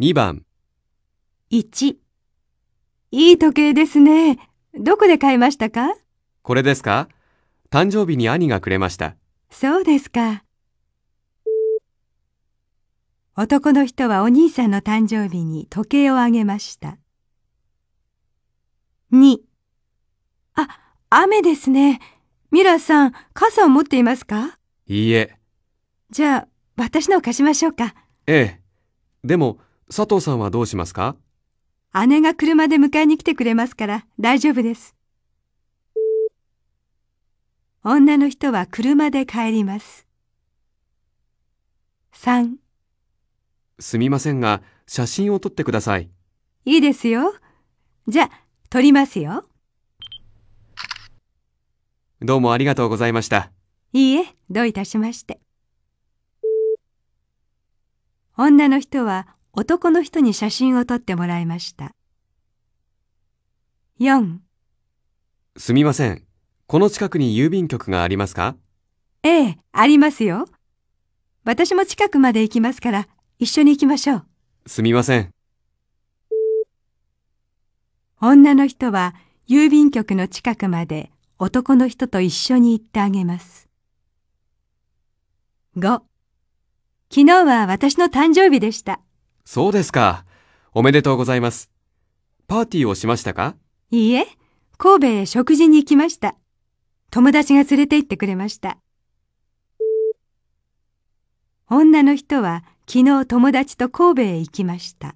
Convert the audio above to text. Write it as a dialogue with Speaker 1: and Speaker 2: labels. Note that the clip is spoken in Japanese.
Speaker 1: 2番、
Speaker 2: 1いい時計ですね。どこで買いましたか
Speaker 1: これですか誕生日に兄がくれました。
Speaker 2: そうですか。男の人はお兄さんの誕生日に時計をあげました。2あ、雨ですね。ミラさん、傘を持っていますか
Speaker 1: いいえ、
Speaker 2: じゃあ、私のを貸しましょうか。
Speaker 1: ええ。でも、佐藤さんはどうしますか
Speaker 2: 姉が車で迎えに来てくれますから大丈夫です。女の人は車で帰ります。3、
Speaker 1: すみませんが、写真を撮ってください。
Speaker 2: いいですよ。じゃあ、撮りますよ。
Speaker 1: どうもありがとうございました。
Speaker 2: いいえ、どういたしまして。女の人は男の人に写真を撮ってもらいました。4、
Speaker 1: すみません。この近くに郵便局がありますか
Speaker 2: ええ、ありますよ。私も近くまで行きますから、一緒に行きましょう。
Speaker 1: すみません。
Speaker 2: 女の人は郵便局の近くまで男の人と一緒に行ってあげます。5. 昨日は私の誕生日でした。
Speaker 1: そうですか。おめでとうございます。パーティーをしましたか
Speaker 2: いいえ、神戸へ食事に行きました。友達が連れて行ってくれました。女の人は昨日友達と神戸へ行きました。